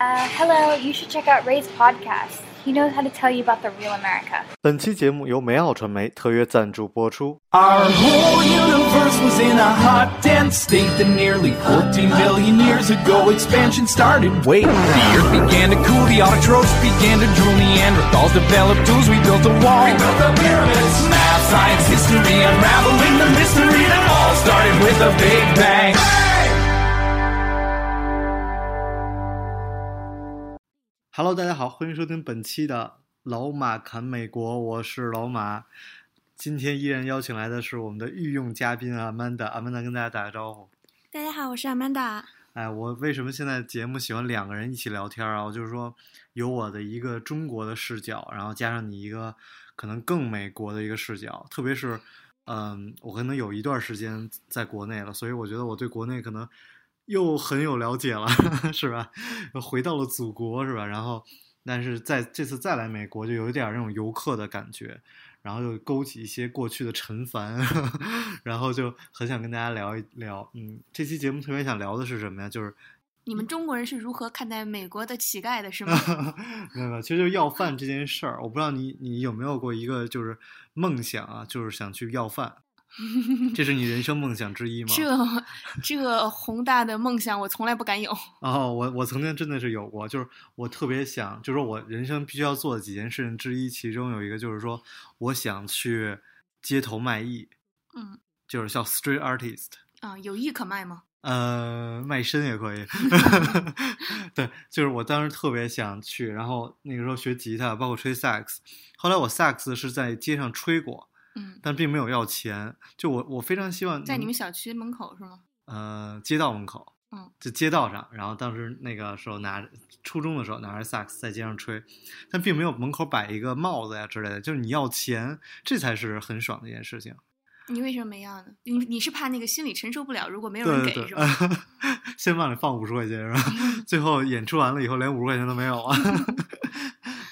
Uh, hello, you should check out Ray's podcast. He knows how to tell you about the real America. 本期节目由美好传媒特约赞助播出。 Our whole universe was in a hot, dense state that nearly 14 billion years ago expansion started. Wait, the earth began to cool, the autotrophs began to drool, Neanderthals developed tools, we built a wall. We built the pyramids. Math, science, history, unraveling the mystery that all started with a big bang. 哈喽，大家好，欢迎收听本期的《老马侃美国》，我是老马。今天依然邀请来的是我们的御用嘉宾阿曼达，阿曼达跟大家打个招呼。大家好，我是阿曼达。哎，我为什么现在节目喜欢两个人一起聊天啊？我就是说，有我的一个中国的视角，然后加上你一个可能更美国的一个视角，特别是，嗯，我可能有一段时间在国内了，所以我觉得我对国内可能又很有了解了， 是吧？回到了祖国，是吧？然后，但是在这次再来美国，就有一点儿那种游客的感觉，然后又勾起一些过去的尘烦， 然后就很想跟大家聊一聊。嗯，这期节目特别想聊的是什么呀？就是 你嗯们中国人是如何看待美国的乞 丐的，是吗？没有没有，其实就是要饭这件事儿，我不知道你你有没有过一个就是梦想啊，就是想去要饭，这是你人生梦想之一吗？这 这宏大的梦想，我从来不 敢有。哦，我我曾经真的是有过，就是我特别想，就是说我人生必须要做的几件事情之一，其中有一个就是说，我想去街头卖艺，嗯就是叫 street artist，啊，有意可卖吗？呃，卖身也 可以。对，就是我当时特别想去，然后那个时候学吉他，包括吹萨克斯。后来我萨克斯是在街上吹过，嗯，但并没有要钱。就我我非常希望在能你们小区门口是吗？呃街道门口，嗯，就街道上，然后当时那个时候拿着初中的时候拿着萨克斯在街上吹，但并没有门口摆一个帽子呀之类的，就是你要钱，这才是很爽的一件事情。你为什么没要呢？你你是怕那个心里承受不了，如果没有人对给对对 是吧？，嗯先往里放五十块钱是吧？最后演出完了以后连五十块钱都没有 啊。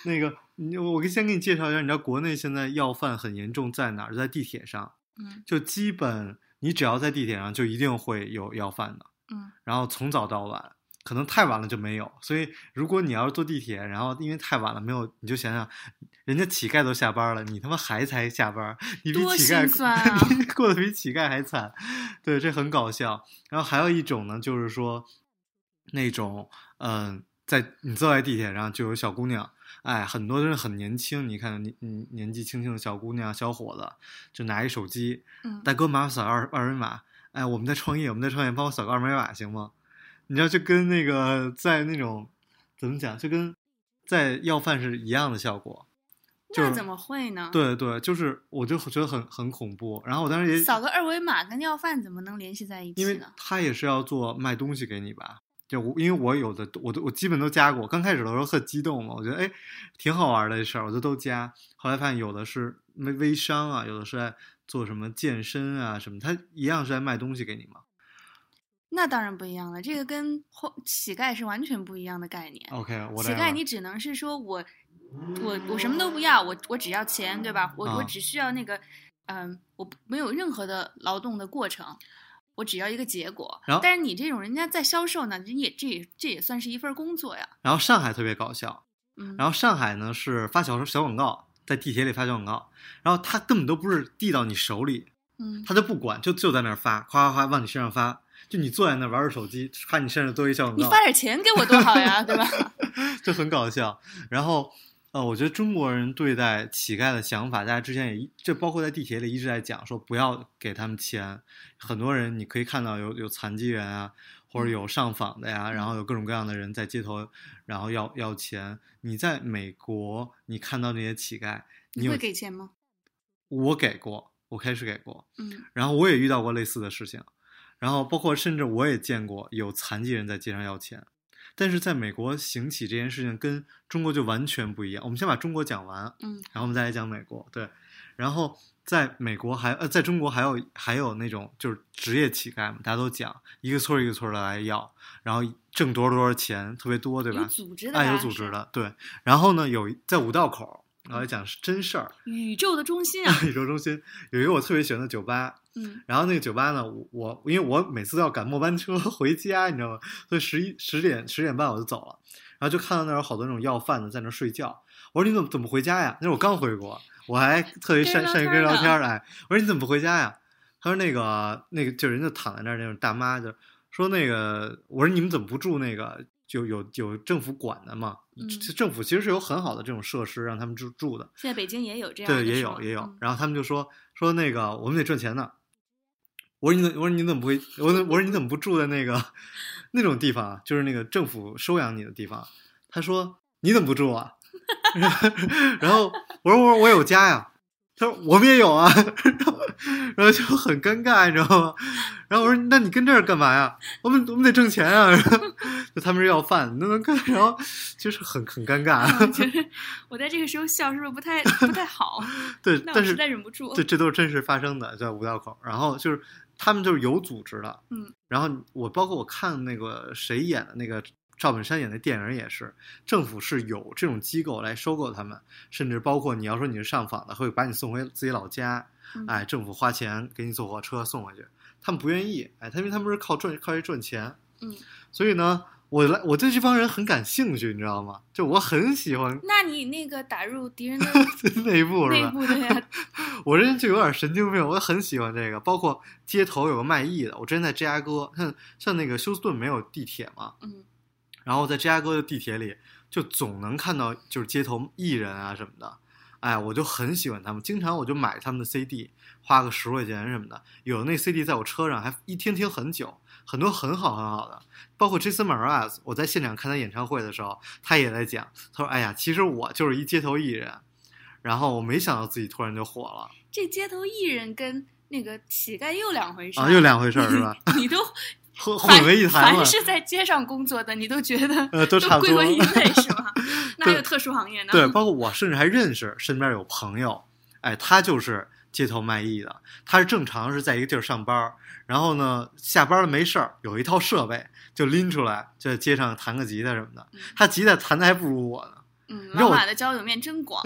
那个，你我先给你介绍一下，你知道国内现在要饭很严重在哪儿？在地铁上，嗯就基本你只要在地铁上就一定会有要饭的。嗯然后从早到晚，可能太晚了就没有。所以如果你要是坐地铁，然后因为太晚了没有，你就想想，人家乞丐都下班了，你他妈还才下班，你比多乞丐心酸啊 你过得比乞丐还惨，对，这很搞笑。然后还有一种呢，就是说那种嗯、在你坐在地铁上就有小姑娘。哎，很多人很年轻，你看你你年纪轻轻的小姑娘、小伙子，就拿一手机，嗯，大哥，麻烦扫个二二维码。哎，我们在创业，我们在创业，帮我扫个二维码行吗？你知道，就跟那个在那种怎么讲，就跟在要饭是一样的效果。就那是怎么会呢？，对对，就是我就觉得很很恐怖。然后我当时也，扫个二维码跟要饭怎么能联系在一因起为呢？他也是要做卖东西给你吧。就我，因为我有的，我都我基本都加过。刚开始的时候特激动嘛，我觉得哎挺好玩的这事儿，我就都加。后来发现有的是微微商啊，有的是在做什么健身啊什么，他一样是在卖东西给你嘛。那当然不一样了，这个跟后乞丐是完全不一样的概念。 OK，我乞这丐，你只能是说我，我我什么都不要，我我只要钱，对吧？我、啊我只需要那个，嗯、我不没有任何的劳动的过程，我只要一个结果然后。但是你这种人家在销售呢，人也这也这也算是一份工作呀。然后上海特别搞笑，嗯，然后上海呢是发小小广告，在地铁里发小广告，然后他根本都不是递到你手里，嗯，他就不管，就就在那儿发，夸夸夸往你身上发，就你坐在那儿玩着手机，看你身上多一小广你告，发点钱给我多好呀， 对吧？就很搞笑。然后，呃，我觉得中国人对待乞丐的想法，大家之前也一，就包括在地铁里一直在讲说不要给他们钱。很多人你可以看到有有残疾人啊，或者有上访的呀，然后有各种各样的人在街头，然后要要钱。你在美国，你看到那些乞丐，你你有会给钱吗？我给过，我开始给过，嗯，然后我也遇到过类似的事情，然后包括甚至我也见过有残疾人在街上要钱，但是在美国行乞这件事情跟中国就完全不一样。我们先把中国讲完，嗯，然后我们再来讲美国。对，然后在美国还呃，在中国还有还有那种就是职业乞丐嘛，大家都讲一个村儿一个村儿的来要，然后挣多少多少钱，特别多，对有吧？组织的哎，呀，有组织是的，对。然后呢，有在五道口，我来讲是真事儿， 宇宙的中心啊。宇宙中心有一个我特别喜欢的酒吧，嗯，然后那个酒吧呢，我我 因为我每次都要赶末班车回家，你知道吗？所以十一十点十点半我就走了。然后就看到那儿有好多那种要饭的在那儿睡觉。我说你怎么怎么回家呀？那时候我刚回国，我还特别善跟人聊善于跟人天儿聊呢天儿哎，我说你怎么不回家呀？他说那个那个就人就躺在那儿那种大妈就说那个我说你们怎么不住那个就有有政府管的嘛？嗯这政府其实是有很好的这种设施让他们住住的。现在北京也有这样的对，也是有吗也有嗯。 然后他们就说说那个我们得赚钱呢。我说你怎我说你怎么不会？我说我说你怎么不住在那个那种地方啊？就是那个政府收养你的地方。啊他说你怎么不住啊？ 然后我说我说我有家呀。他说我们也有啊。 然后然后就很尴尬，你知道吗？然后我说那你跟这儿干嘛呀？我们我们得挣钱啊。 然后就他们是要饭，那能干？然后就是很很尴尬。啊就是我在这个时候笑，是不是不太不 太好？对， 那我但实是在忍不住。这这都是真实发生的，在五道口。然后就是他们就是有组织的，嗯。然后我包括我看那个谁演的那个赵本山演的电影也是，政府是有这种机构来收购他们，甚至包括你要说你是上访的，会把你送回自己老家，嗯哎，政府花钱给你坐火车送回去，他们不愿意，哎，他因为他们是靠赚靠这赚钱，嗯，所以呢。我来，我对这帮人很感兴趣，你知道吗？就我很喜欢 那你那个打入敌人的内部，是内吧？部的呀， 我这人就有点神经病，我很喜欢这个。包括街头有个卖艺的，我之前在芝加哥，像像那个休斯顿没有地铁嘛，嗯，然后在芝加哥的地铁里就总能看到就是街头艺人啊什么的，哎，我就很喜欢他们，经常我就买他们的 CD，花个十块钱什么的，有的那 CD 在我车上还一听听很久，很多很好很好的，包括 Jason Mraz，我在现场看他演唱会的时候，他也在讲，他说：“哎呀，其实我就是一街头艺人。”然后我没想到自己突然就火了，这街头艺人跟那个乞丐又两回事啊，又两回事儿是 吧？你都混 凡混为一谈了凡，是在街上工作的，你都觉得呃，都差不归多为。一类是吗？那还对有特殊行业呢？对，包括我甚至还认识身边有朋友，哎，他就是街头卖艺的，他是正常是在一个地儿上班儿，然后呢下班了没事儿，有一套设备就拎出来，就在街上弹个吉他什么的嗯。他吉他弹的还不如我呢。 嗯，让老我马的交友面真 广。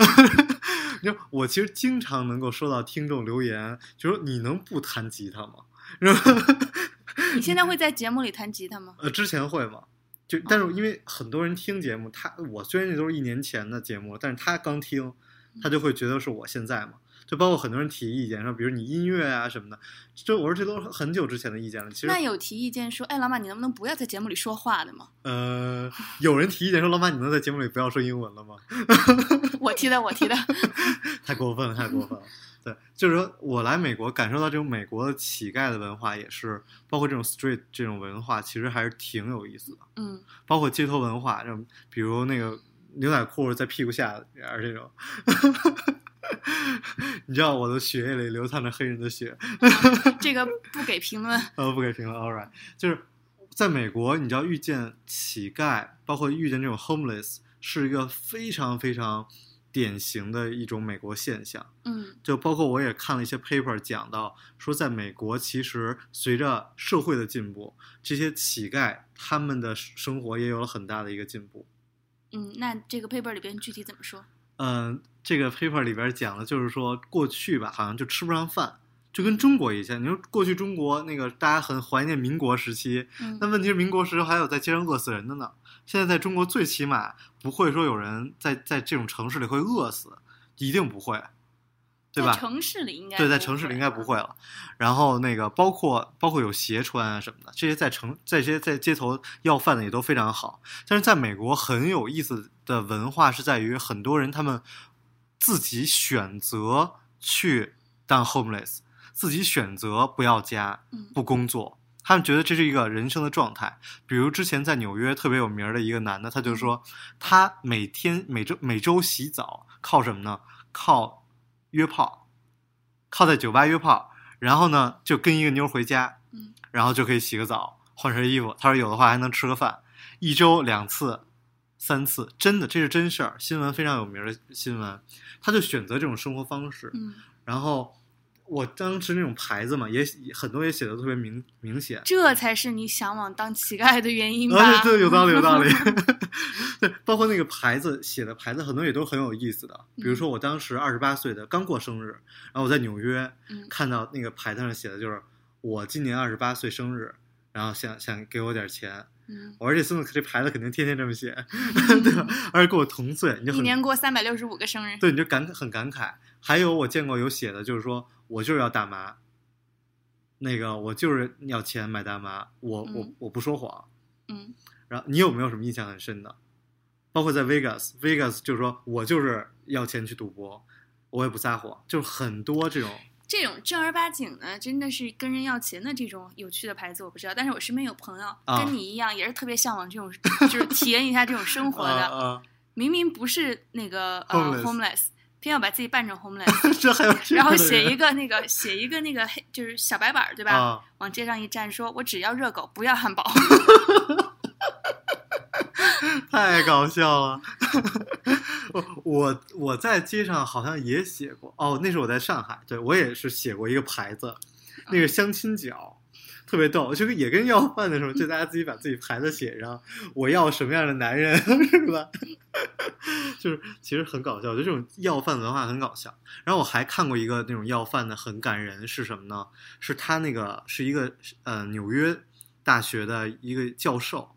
你知道，我其实经常能够收到听众留言，就说你能不弹吉他吗？ 然后你现在会在节目里弹吉他吗？呃，之前会吗？就但是因为很多人听节目，他我虽然那都是一年前的节目，但是他刚听，他就会觉得是我现在嘛。就包括很多人提意见，说比如你音乐啊什么的，这我说这都是很久之前的意见了。其实那有提意见说，哎，老马，你能不能不要在节目里说话的吗？呃，有人提意见说，老板你能在节目里不要说英文了吗？ 我提的，我提的。太过分了，太过分了。对，就是说我来美国感受到这种美国的乞丐的文化，也是包括这种 street 这种文化，其实还是挺有意思的。嗯，包括街头文化，这种比如那个牛仔裤在屁股下边儿这种， 你知道我的血液里流淌着黑人的血，这个不给评论。呃，不给评论，all right，就是在美国，你知道遇见乞丐，包括遇见这种 homeless，是一个非常非常典型的一种美国现象。嗯就包括我也看了一些 paper 讲到说，在美国其实随着社会的进步，这些乞丐他们的生活也有了很大的一个进步。嗯，那这个 paper 里边具体怎么说？嗯，这个 paper 里边讲的就是说，过去吧，好像就吃不上饭，就跟中国一样。你说过去中国那个大家很怀念民国时期，嗯那问题是民国时候还有在街上饿死人的呢。现在在中国，最起码不会说有人在在这种城市里会饿死，一定不会，对吧在？城市里应该对，在不城市会里应该不啊会了。然后那个包括包括有鞋穿啊什么的，这些在城这些在街头要饭的也都非常好。但是在美国很有意思的文化是在于很多人他们自己选择去当 homeless，自己选择不要家嗯，不工作。他们觉得这是一个人生的状态，比如之前在纽约特别有名儿的一个男的，他嗯就说他每天每周每周洗澡靠什么呢？靠约炮，靠在酒吧约炮，然后呢就跟一个妞儿回家，嗯，然后就可以洗个澡，换身衣服。他说有的话还能吃个饭，一周两次、三次，真的这是真事儿，新闻非常有名儿的新闻。他就选择这种生活方式，嗯，然后我当时那种牌子嘛，也很多也写的特别明明显，这才是你向往当乞丐的原因吧？啊，对，有道理，有道 理。 对，包括那个牌子写的牌子，很多也都很有意思的。比如说，我当时二十八岁的，刚过生日，然后我在纽约嗯看到那个牌子上写的就是我今年二十八岁生日，然后想想给我点钱，嗯，而且孙子这牌子肯定天天这么写， 对吧？而且跟我同岁，你就一很年过三百六十五个生日，对，你就感很感慨。还有我见过有写的，就是说我就是要大麻，那个我就是要钱买大麻，我、我嗯我不说谎。嗯，然后你有没有什么印象很深的？包括在 Vegas，Vegas 就是说我就是要钱去赌博，我也不撒谎，就是很多这种。这种正儿八经的，真的是跟人要钱的这种有趣的牌子，我不知道。但是我身边有朋友、啊跟你一样，也是特别向往这种，就是体验一下这种生活啊的。啊，明明不是那个 Homeless 呃 homeless，偏要把自 己扮成 homeless，呃这还有这样然后的写人一个那个写一个那个黑就是小白板儿，对吧？啊，往街上一站说，我只要热狗，不要汉堡。 太搞笑了！ 我我我在街上好像也写过哦，那是我在上海，对我也是写过一个牌子，那个相亲角，特别逗，就跟也跟要饭的时候，就大家自己把自己牌子写上，我要什么样的男人， 是吧？就是其实很搞笑，就这种要饭文化很搞笑。然后我还看过一个那种要饭的很感人是什么呢？是他那个是一个呃纽约大学的一个教授，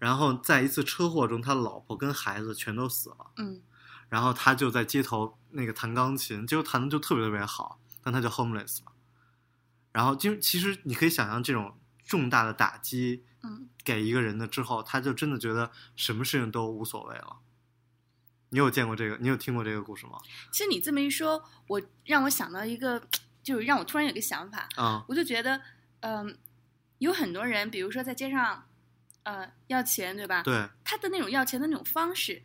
然后在一次车祸中，他老婆跟孩子全都死了，嗯然后他就在街头那个弹钢琴，结果弹的就特别特别好，但他就 homeless 了。然后就其实你可以想象这种重大的打击嗯，给一个人的之后，他就真的觉得什么事情都无所谓了。你有见过这个？你有听过这个故事吗？其实你这么一说，我让我想到一个，就是让我突然有个想法，啊、我就觉得，嗯、有很多人，比如说在街上，呃，要钱，对吧？对，他的那种要钱的那种方式，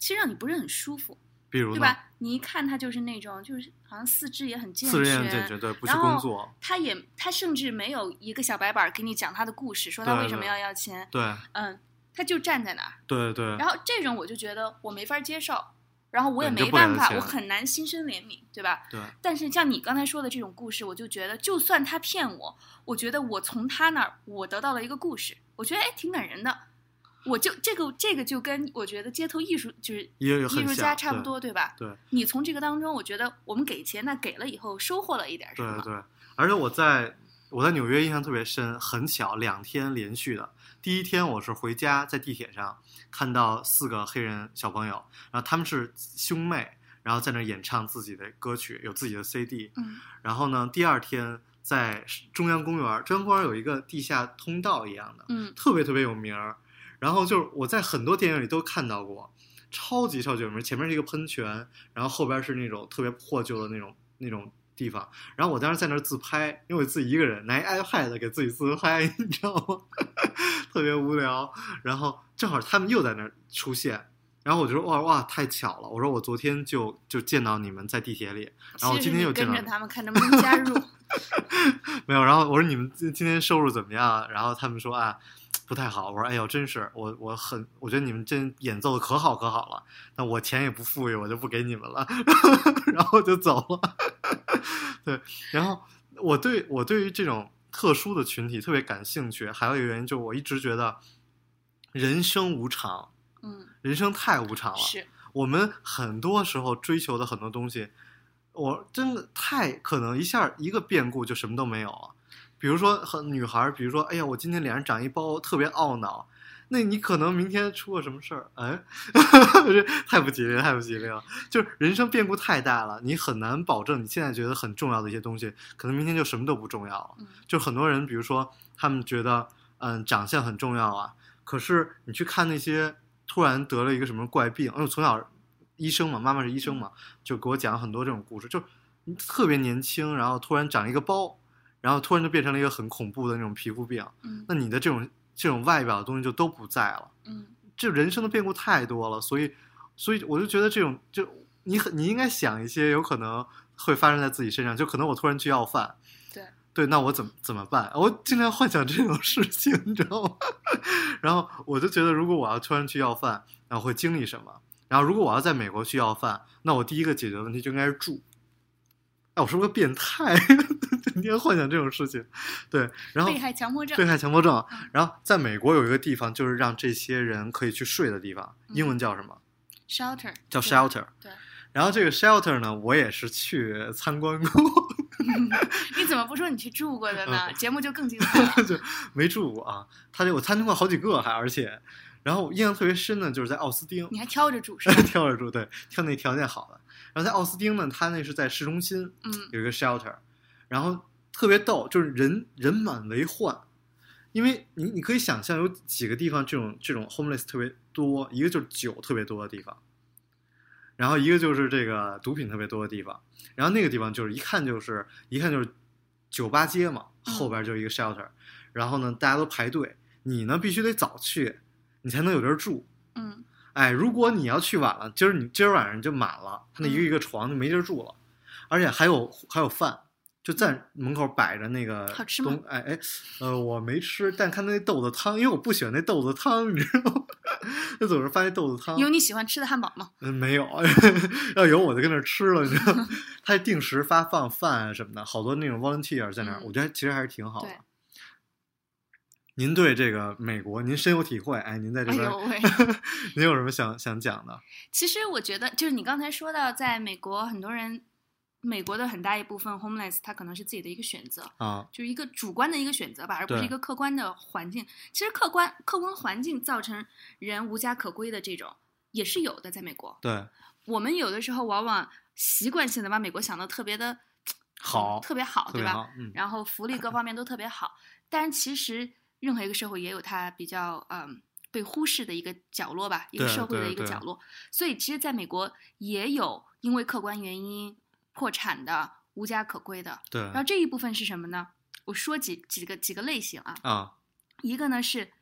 其实让你不是很舒服，比如对呢，吧？你一看他就是那种，就是好像四肢也很健四人眼解决，对，不去然后工作，他也他甚至没有一个小白板儿给你讲他的故事，说他对为什么对要要钱，对，嗯，他就站在那儿。对对然后这种我就觉得我没法接受，然后我也嗯对你就没不给他办法，钱我很难心生怜悯，对吧？对，但是像你刚才说的这种故事，我就觉得，就算他骗我，我觉得我从他那儿我得到了一个故事，我觉得哎挺感人的。我就这个这个就跟我觉得街头艺术就是也有艺很术像家差不多，对吧？对。你从这个当中，我觉得我们给钱，那给了以后收获了一点什对么？对，而且我在我在纽约印象特别深，很巧，两天连续的。第一天我是回家，在地铁上看到四个黑人小朋友，然后他们是兄妹，然后在那儿演唱自己的歌曲，有自己的 CD。嗯然后呢，第二天在中央公园，中央公园有一个地下通道一样的，嗯特别特别有名儿。然后就是我在很多电影里都看到过，超级超级有名儿。前面是一个喷泉，然后后边是那种特别破旧的那种那种地方。然后我当时在那儿自拍，因为我自己一个人拿一 iPad 给自己自拍， 你知道吗？特别无聊。然后正好他们又在那儿出现。然后我就说哇哇太巧了！我说我昨天就就见到你们在地铁里，然后我其实今天你又见跟到着你他们看能不能 加入。没有，然后我说你们今今天收入怎么样啊？然后他们说啊，不太好。我说哎呦，真是我我很，我觉得你们真演奏的可好可好了。那我钱也不富裕，我就不给你们了， 然后就走了。 对，然后我对我对于这种特殊的群体特别感兴趣，还有一个原因就是我一直觉得人生无常，嗯，人生太无常了。是，我们很多时候追求的很多东西，我真的太可能一下一个变故就什么都没有了。比如说，很女孩儿，比如说，哎呀，我今天脸上长一包，特别懊恼。那你可能明天出个什么事儿，哎， 这太不吉利了，太不吉利了。就是人生变故太大了，你很难保证你现在觉得很重要的一些东西，可能明天就什么都不重要了。嗯就很多人，比如说他们觉得，嗯，长相很重要啊，可是你去看那些突然得了一个什么怪病，因为我从小医生嘛，妈妈是医生嘛，就给我讲很多这种故事，就是你特别年轻，然后突然长一个包，然后突然就变成了一个很恐怖的那种皮肤病，嗯那你的这种这种外表的东西就都不在了。嗯这人生的变故太多了，所以，所以我就觉得这种就你很你应该想一些有可能会发生在自己身上，就可能我突然去要饭，对对，那我怎么怎么办？我经常幻想这种事情，你知道吗？ 然后我就觉得，如果我要突然去要饭，然后会经历什么？然后如果我要在美国去要饭，那我第一个解决的问题就应该是住。哎，我是不是个变态？ 天天幻想这种事情，对，然后被害强迫症对，害强迫症。嗯然后在美国有一个地方，就是让这些人可以去睡的地方，英文叫什么？ shelter 叫嗯对吧 shelter。对然后这个 shelter 呢，我也是去参观过，你怎么不说你去住过的嗯呢？节目就更精彩了。就没住过啊。他就我参观过好几个，还而且，然后我印象特别深的就是在奥斯汀，？你还挑着住是吧挑着住，对，挑那条件好的。然后在奥斯汀呢，他那是在市中心嗯，有一个 shelter，然后特别逗，就是人人满为患，因为你你可以想象有几个地方这种这种 homeless 特别多，一个就是酒特别多的地方，然后一个就是这个毒品特别多的地方，然后那个地方就是一看就是一看就是酒吧街嘛，嗯后边就是一个 shelter，、然后呢大家都排队，你呢必须得早去，你才能有地儿住。嗯，哎，如果你要去晚了，今儿你今儿晚上就满了，他那一个嗯一个床就没地儿住了，而且还有还有饭，就在门口摆着那个好吃吗东哎哎，呃，我没吃，但看那豆子汤，因为我不喜欢那豆子汤，你知道吗？ 就总是发那豆子汤，有你喜欢吃的汉堡吗？嗯，没有， 要有我就跟那儿吃了，你知道吗？ 他定时发放饭啊什么的，好多那种 volunteer 在那儿，嗯我觉得其实还是挺好的对。您对这个美国，您深有体会，哎，您在这哎边，呦喂！ 您有什么想想讲的？其实我觉得，就是你刚才说到，在美国很多人，美国的很大一部分 homeless，他可能是自己的一个选择，啊，就是一个主观的一个选择吧，而不是对一个客观的环境。其实客观客观环境造成人无家可归的这种也是有的，在美国，对，我们有的时候往往习惯性的把美国想的特别的好特别好，特对别吧？好，嗯，然后福利各方面都特别好。但是其实任何一个社会也有它比较嗯被忽视的一个角落吧，一个对社会的对一个对角落。所以其实在美国也有因为客观原因破产的、无家可归的。对，然后这一部分是什么呢？我说几几个几个类型啊，啊，一个呢是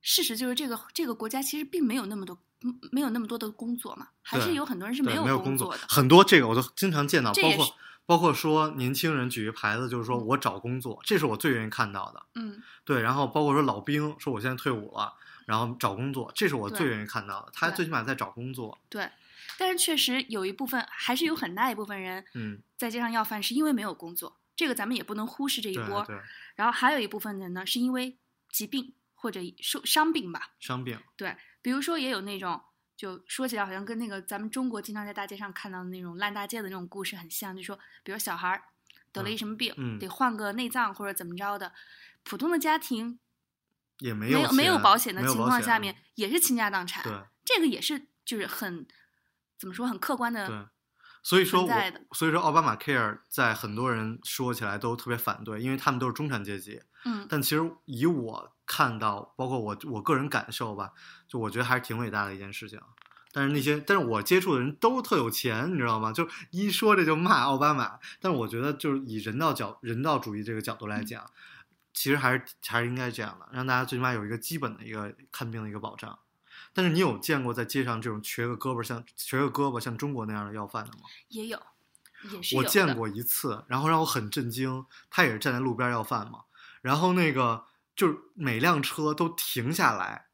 事实就是这个这个国家其实并没有那么多嗯没有那么多的工作嘛，还是对有很多人是对，没有工作的，。很多这个我都经常见到，这包也是括包括说年轻人举一牌子，就是说我找工作，这是我最愿意看到的。嗯，对，然后包括说老兵说我现在退伍了，然后找工作，这是我对最愿意看到的。他对最起码在找工作，对。但是确实有一部分，还是有很大一部分人嗯，在街上要饭是因为没有工作，这个咱们也不能忽视这一对波。对，然后还有一部分人呢，是因为疾病或者受伤病吧，伤病，对，比如说也有那种。就说起来，好像跟那个咱们中国经常在大街上看到的那种烂大街的那种故事很像。就说，比如小孩儿得了一嗯什么病，嗯得换个内脏或者怎么着的，普通的家庭也没没有有没有保钱险的没有情保况险下面，也是倾家荡产。对这个也是就是很怎么说很客观对的，。所以说存我在的，所以说奥巴马 care 在很多人说起来都特别反对，因为他们都是中产阶级。嗯，但其实以我看到，包括我我个人感受吧，就我觉得还是挺伟大的一件事情。但是那些，但是我接触的人都特有钱，你知道吗？就一说这就骂奥巴马。但是我觉得，就是以人道角人道主义这个角度来讲，其实还是还是应该这样的，让大家最起码有一个基本的一个看病的一个保障。但是你有见过在街上这种瘸个胳膊像瘸个胳膊像中国那样的要饭的吗？也有，也是有我的。见过一次，然后让我很震惊。他也是站在路边要饭嘛，然后那个就是每辆车都停下来，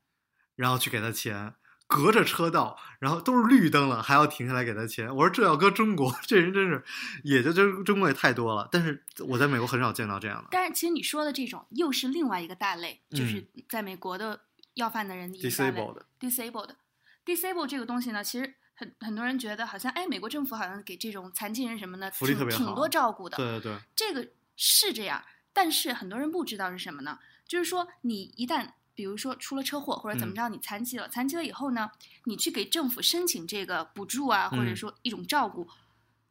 然后去给他钱，隔着车道，然后都是绿灯了，还要停下来给他钱。我说这要搁中国，这人真是，也就这中国也太多了。但是我在美国很少见到这样的。但是其实你说的这种又是另外一个大类，就是嗯在美国的要饭的人的一个大类 disabled， disabled disabled 这个东西呢，其实很很多人觉得好像哎，美国政府好像给这种残疾人什么的福利挺特别好挺多照顾的，对对对，这个是这样，但是很多人不知道是什么呢？就是说，你一旦比如说出了车祸或者怎嗯么着，你残疾了，残疾了以后呢，你去给政府申请这个补助啊，或者嗯说一种照顾，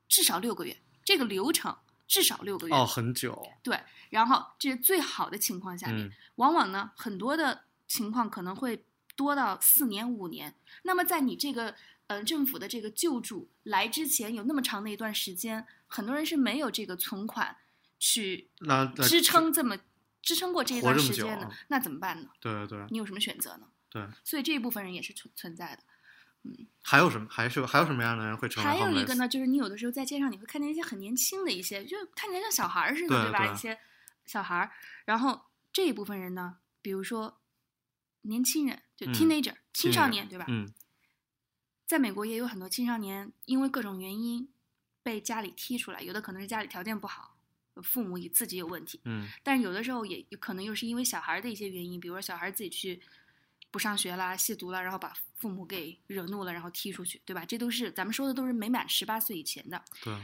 至少六个月，这个流程至少六个月。哦，很久，对，然后这是最好的情况下面，嗯往往呢，很多的情况可能会多到四年五年。那么在你这个呃政府的这个救助来之前，有那么长的一段时间，很多人是没有这个存款去那那支撑这么支撑过这一呃活段这么时久间的啊，那怎么办呢？对对对你有什么选择呢？对。所以这一部分人也是存存在的。还有什么？还是还有什么样的人会成为还 homeless？有一个呢，就是你有的时候在街上，你会看见一些很年轻的一些，就看起来像小孩儿似的，对吧？对一些小孩儿，然后这一部分人呢，比如说年轻人，就嗯 teenager、青少这个年，对吧？嗯，在美国也有很多青少年因为各种原因被家里踢出来，有的可能是家里条件不好，呃父母也自己有问题，嗯，但是有的时候也可能又是因为小孩儿的一些原因，比如说小孩儿自己去不上学啦、吸毒啦，然后把父母给惹怒了，然后踢出去，对吧？这都是咱们说的都是没满十八岁以前的。对，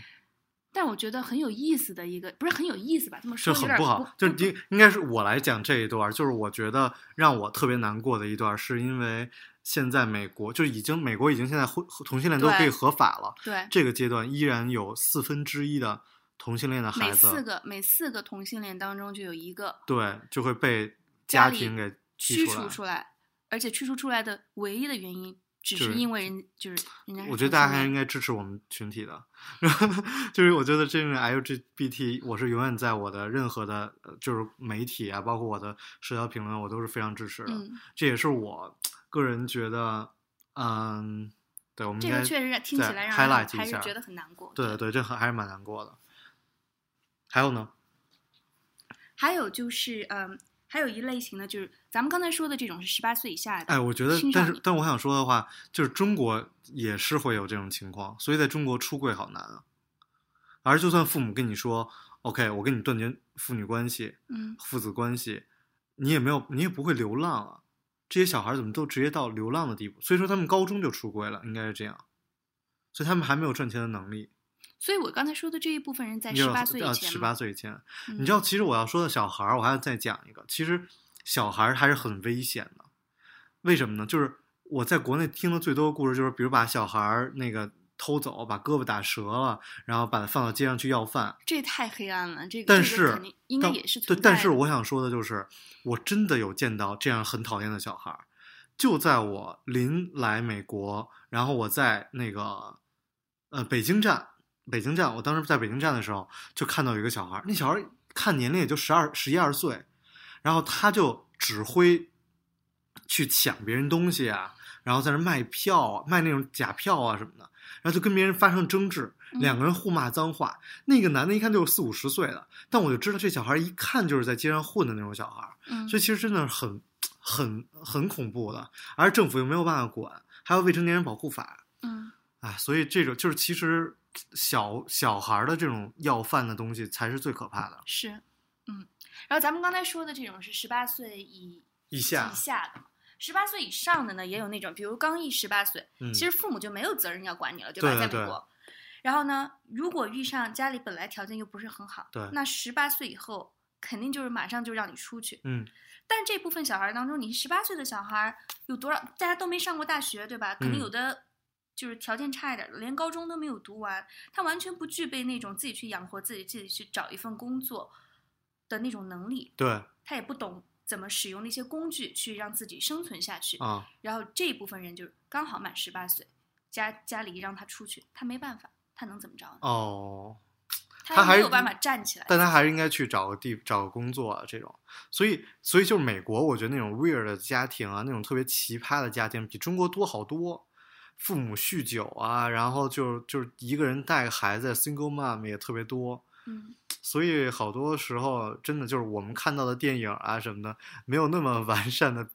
但我觉得很有意思的一个，不是很有意思吧？这么是说有很点不好，就是不应应该是我来讲这一段儿，就是我觉得让我特别难过的一段儿，是因为现在美国就已经美国已经现在婚同性恋都可以对合法了，对，这个阶段依然有四分之一的同性恋的孩每四子，个每四个同性恋当中就有一个对，就会被家家里庭给踢驱出除来。出来，而且驱除出来的唯一的原因，只就是是因为人就是人家是我觉得同大家性还是恋应该支持我们群体的， 就是我觉得这种 LGBT，我是永远在我的任何的，呃就是媒体啊，包括我的社交评论，我都是非常支持的。嗯，这也是我个人觉得，嗯，对，我们这应该个确实让听再起来让人 highlight 一还是下觉得很难过。对对，这很还是蛮难过的。还有呢，还有就是，嗯，还有一类型呢，就是咱们刚才说的这种是十八岁以下的，哎，我觉得青，少但是年但我想说的话，就是中国也是会有这种情况，所以在中国出柜好难啊。而就算父母跟你说，OK，我跟你断绝父女关系、嗯，父子关系，你也没有，你也不会流浪啊。这些小孩怎么都直接到流浪的地步？所以说他们高中就出柜了，应该是这样。所以他们还没有赚钱的能力。所以我刚才说的这一部分人在你知十道八岁以呃，前十嘛八岁以前，嗯你知道，其实我要说的小孩儿，我还要再讲一个。其实小孩儿还是很危险的，为什么呢？就是我在国内听的最多的故事，就是比如把小孩儿那个偷走，把胳膊打折了，然后把他放到街上去要饭。这也太黑暗了，这个但这个是肯定应该但也是对，存在但的。是我想说的就是，我真的有见到这样很讨厌的小孩儿。就在我临来美国，然后我在那个呃北京站，北京站，我当时在北京站的时候，就看到有一个小孩儿，那小孩儿看年龄也就十二、十一二岁，然后他就指挥去抢别人东西啊，然后在那儿卖票啊、卖那种假票啊什么的，然后就跟别人发生争执，嗯两个人互骂脏话。那个男的一看就是四五十岁的，但我就知道这小孩儿一看就是在街上混的那种小孩儿，嗯，所以其实真的是很、很、很恐怖的，而政府又没有办法管，还有未成年人保护法嗯，啊，所以这种就是其实小小孩儿的这种要饭的东西才是最可怕的。是，嗯。然后咱们刚才说的这种是十八岁以以下以，下的嘛，十八岁以上的呢，也有那种，比如刚一十八岁，嗯，其实父母就没有责任要管你了，对吧？对对在对美国。然后呢，如果遇上家里本来条件又不是很好，对那十八岁以后肯定就是马上就让你出去。嗯，但这部分小孩儿当中，你十八岁的小孩儿有多少？大家都没上过大学，对吧？可能嗯有的就是条件差一点儿的，连高中都没有读完，他完全不具备那种自己去养活自己、自己去找一份工作的那种能力，对他也不懂怎么使用那些工具去让自己生存下去。啊，然后这一部分人就是刚好满十八岁，家家里让他出去，他没办法，他能怎么着呢？哦。他也还没是有办法站起来。但他还是应该去找个地找个工作啊，这种。所以，所以就是美国，我觉得那种 weird 的家庭啊，那种特别奇葩的家庭，比中国多好多。父母酗酒啊，然后就就是一个人带个孩子，single mom 也特别多。嗯，所以好多时候，真的就是我们看到的电影啊什么的，没有那么 完善的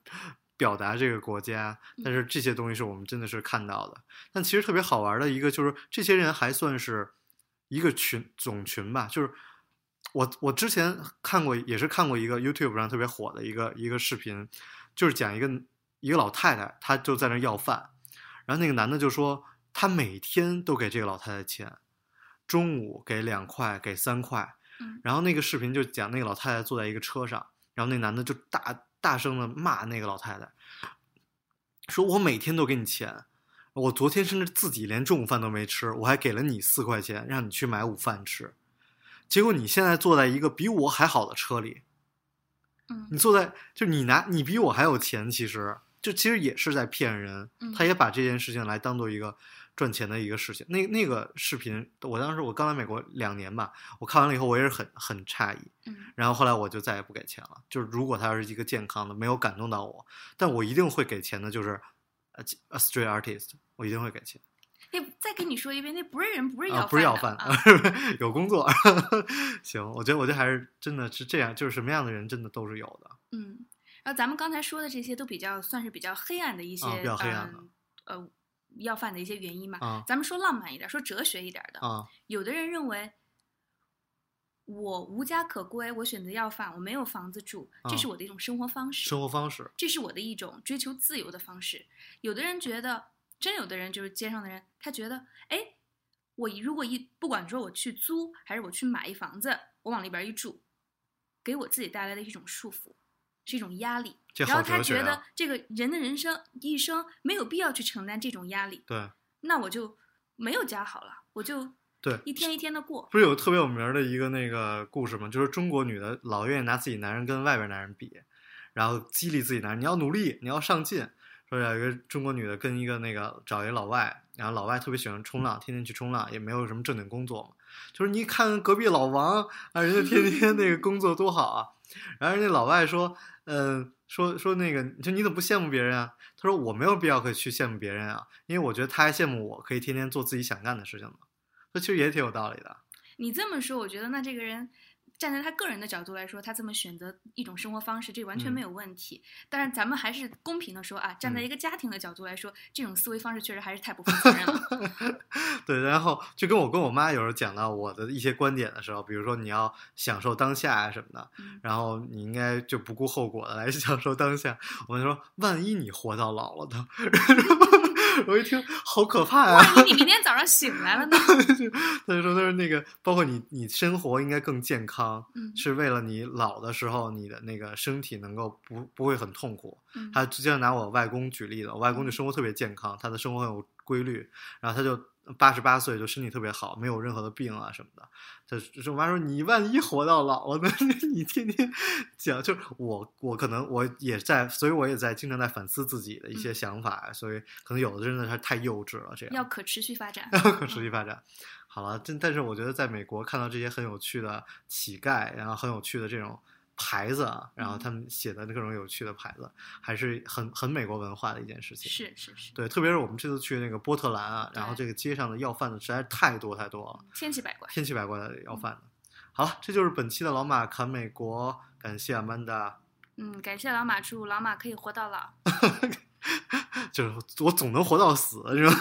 表达这个国家。但是这些东西是我们真的是看到的。但其实特别好玩的一个就是，这些人还算是一个群总群吧。就是我我之前看过，也是看过一个 YouTube 上特别火的一个一个视频，就是讲一个一个老太太，她就在那儿要饭，然后那个男的就说，他每天都给这个老太太钱，中午给两块，给三块嗯。然后那个视频就讲那个老太太坐在一个车上，然后那男的就大大声的骂那个老太太，说我每天都给你钱，我昨天甚至自己连中午饭都没吃，我还给了你四块钱，让你去买午饭吃。结果你现在坐在一个比我还好的车里，嗯你坐在就你拿你比我还有钱，其实就其实也是在骗人嗯。他也把这件事情来当做一个赚钱的一个事情。那那个视频，我当时我刚来美国两年吧，我看完了以后我也是很很诧异，嗯然后后来我就再也不给钱了。就是如果他是一个健康的，没有感动到我，但我一定会给钱的，就是呃 a street artist，我一定会给钱那再跟你说一遍，那不是人，不是要啊，饭不是要的饭， 啊有工作。 行，我觉得我觉得还是真的是这样，就是什么样的人真的都是有的。嗯，然后咱们刚才说的这些都比较算是比较黑暗的一些，啊比较黑暗的嗯呃，要饭的一些原因嘛。啊咱们说浪漫一点，说哲学一点的。啊有的人认为，我无家可归，我选择要饭，我没有房子住，这啊是我的一种生活方式，生活方式，这是我的一种追求自由的方式。有的人觉得，真有的人就是街上的人，他觉得，哎，我一如果一不管说我去租还是我去买一房子，我往里边一住，给我自己带来的一种束缚，是一种压力。这然好后他哲学觉得啊！这个人的人生一生没有必要去承担这种压力，对那我就没有家好了，我就对，一天一天的过。不是有特别有名儿的一个那个故事吗？就是中国女的老愿意拿自己男人跟外边男人比，然后激励自己男人，你要努力，你要上进。说有一个中国女的跟一个那个找一老外，然后老外特别喜欢冲浪，天天去冲浪，也没有什么正经工作嘛。就是你看隔壁老王啊，人家天天那个工作多好啊。然后人家老外说，嗯、说说那个，就你怎么不羡慕别人啊？他说我没有必要可以去羡慕别人啊，因为我觉得他还羡慕我可以天天做自己想干的事情嘛。这其实也挺有道理的。你这么说，我觉得那这个人站在他个人的角度来说，他这么选择一种生活方式，这完嗯全没有问题。但是咱们还是公平的说啊，站在嗯一个家庭的角度来说，这种思维方式确实还是太不负责任了。 对，然后就跟我跟我妈有时候讲到我的一些观点的时候，比如说你要享受当下啊什么的，嗯然后你应该就不顾后果的来 享受当下。我就说，万一你活到老了呢？ 我一听好可怕呀、万一你明天早上醒 来了呢？他就说：“他说那个，包括你，你生活应该更健康，嗯是为了你老的时候，你的那个身体能够不不会很痛苦。嗯他直接拿我外公举例的，我外公就生活特别健康，他的生活很有规律，然后他就八十八岁就身体特别好，没有任何的病啊什么的。他就说我妈说你万一活到老了呢， 你天天讲，就是我我可能我也在，所以我也在经常在反思自己的一些嗯想法，啊所以可能有的真的是太幼稚了，这样要可持续发 展。可持续发展。好了，但但是我觉得在美国看到这些很有趣的乞丐，然后很有趣的这种牌子啊，然嗯后他们写的各种有趣的牌子，还是很很美国文化的一件事情。是是是，对，特别是我们这次去那个波特兰啊，然后这个街上的要饭的实在是太多太多了，千奇百怪。嗯千奇百怪的要饭的。好了，这就是本期的老马侃美国，感谢阿曼达。嗯，感谢老马，祝老马可以活到老。就是我总能活到死，是吧？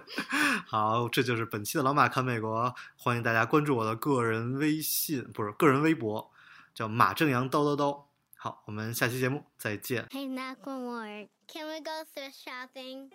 好，这就是本期的老马看美国，欢迎大家关注我的个人微信，不是个人微博，叫马正阳叨叨叨。好，我们下期节目再见。 Hey, knock one word. Can we go thrift shopping?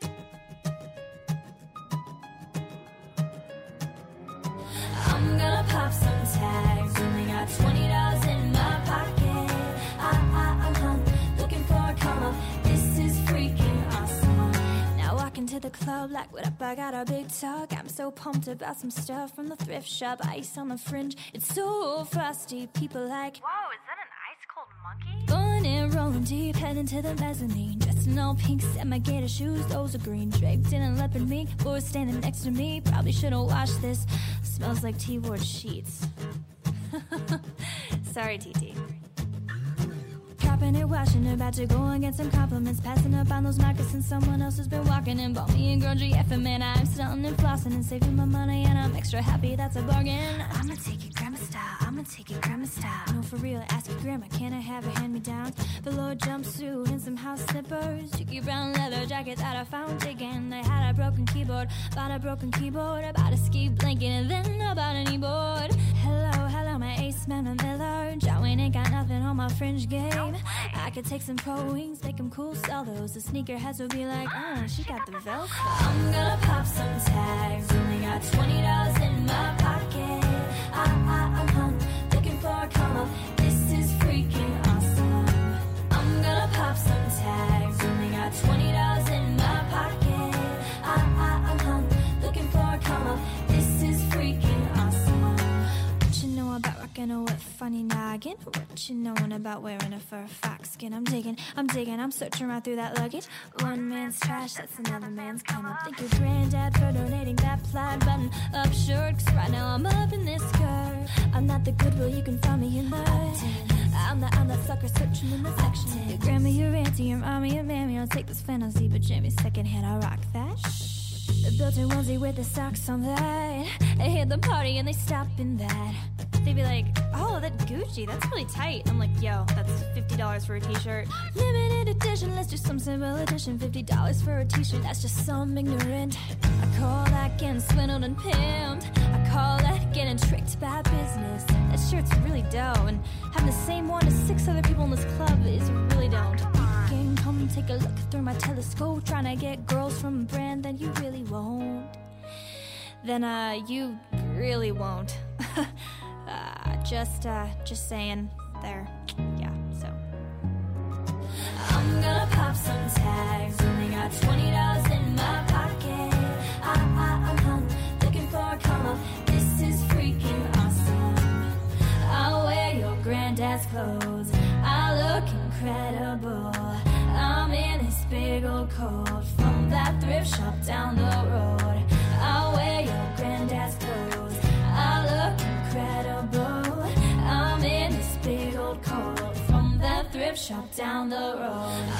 I'm gonna pop some tags. Only got twenty dollars in my pocket. I, I, I'm hung, looking for a come up. This is freaking awesome. Now walk into the club like, what up? I got a big talk. I'm so pumped about some stuff from the thrift shop. Ice on the fringe, it's so frosty. People like. Whoa, is that an ice cold monkey? Going in, rolling deep, heading to the mezzanine. Dressed in all pink, set my gator shoes, those are green. Draped in a leopard mink, boy standing next to me. Probably should've washed this. Smells like T Ward sheets. Sorry, TT. Dropping it, washing it, about to go and get some compliments. Passing up on those moccasins someone else has been walking in. Bought me a grungy effing man. I'm stunting and flossing and saving my money, and I'm extra happy that's a bargain. I'ma take it grandma style, I'ma take it grandma style. No, for real, ask your grandma, can I have a hand me down? Velour jumpsuit and some house slippers. Cheeky brown leather jacket that I found digging. I had a broken keyboard, bought a broken keyboard, I bought a ski blanket, and then I bought a kneeboard. Hello, hello, my ace man, my Miller. Jowin ain't got nothing on my fringe game. I could take some pro wings, make 'em cool, sell those. The sneakerheads will be like, oh, she got the Velcro. I'm gonna pop some tags. Only got twenty dollars in my pocket. I, I, I'm hung, looking for a come up. This is freaking awesome. I'm gonna pop some tags. Only got twenty dollars in my pocket. Ah, I, I, I'm hung, looking for a come up. This is freaking awesome. What you know about rocking a wet funny noggin? What you knowin' about wearing a fur fox skin? I'm digging, I'm digging, I'm searching right through that luggage. One man's trash, that's another man's come up. Thank your granddad for donating that plaid button up shirt. 'cause right now I'm up in this skirt. I'm not the goodwill you can find me in mud. I'm the, I'm the sucker searching in the section. Your grandma, your auntie, your mommy, your mammy. I'll take this fantasy, but Jamie's secondhand, I'll rock that. The built-in onesie with the socks on that. I hit the party and they stop in that. They'd be like, oh, that Gucci, that's really tight. I'm like, yo, that's $50 for a t-shirt. Limited edition, let's do some simple edition. $50 for a t-shirt, that's just some ignorant. I call that getting swindled and pimped. I call that getting tricked by business. That shirt's really dough, and having the same one as six other people in this club is really don't. Can come take a look through my telescope, trying to get girls from a brand that you really won't. then uh, you really won't. uh, just, uh, just saying. There, yeah. So. I'm gonna pop some tags. Only got twenty dollars in my pocket. I, I, I'm hung, looking for a come up. This is freaking awesome. I'll wear your granddad's clothes. I look incredible. I'm in this big old coat from that thrift shop down the road. I'll wear your granddad's clothes. I look incredible. I'm in this big old coat from that thrift shop down the road. Ah, Ah,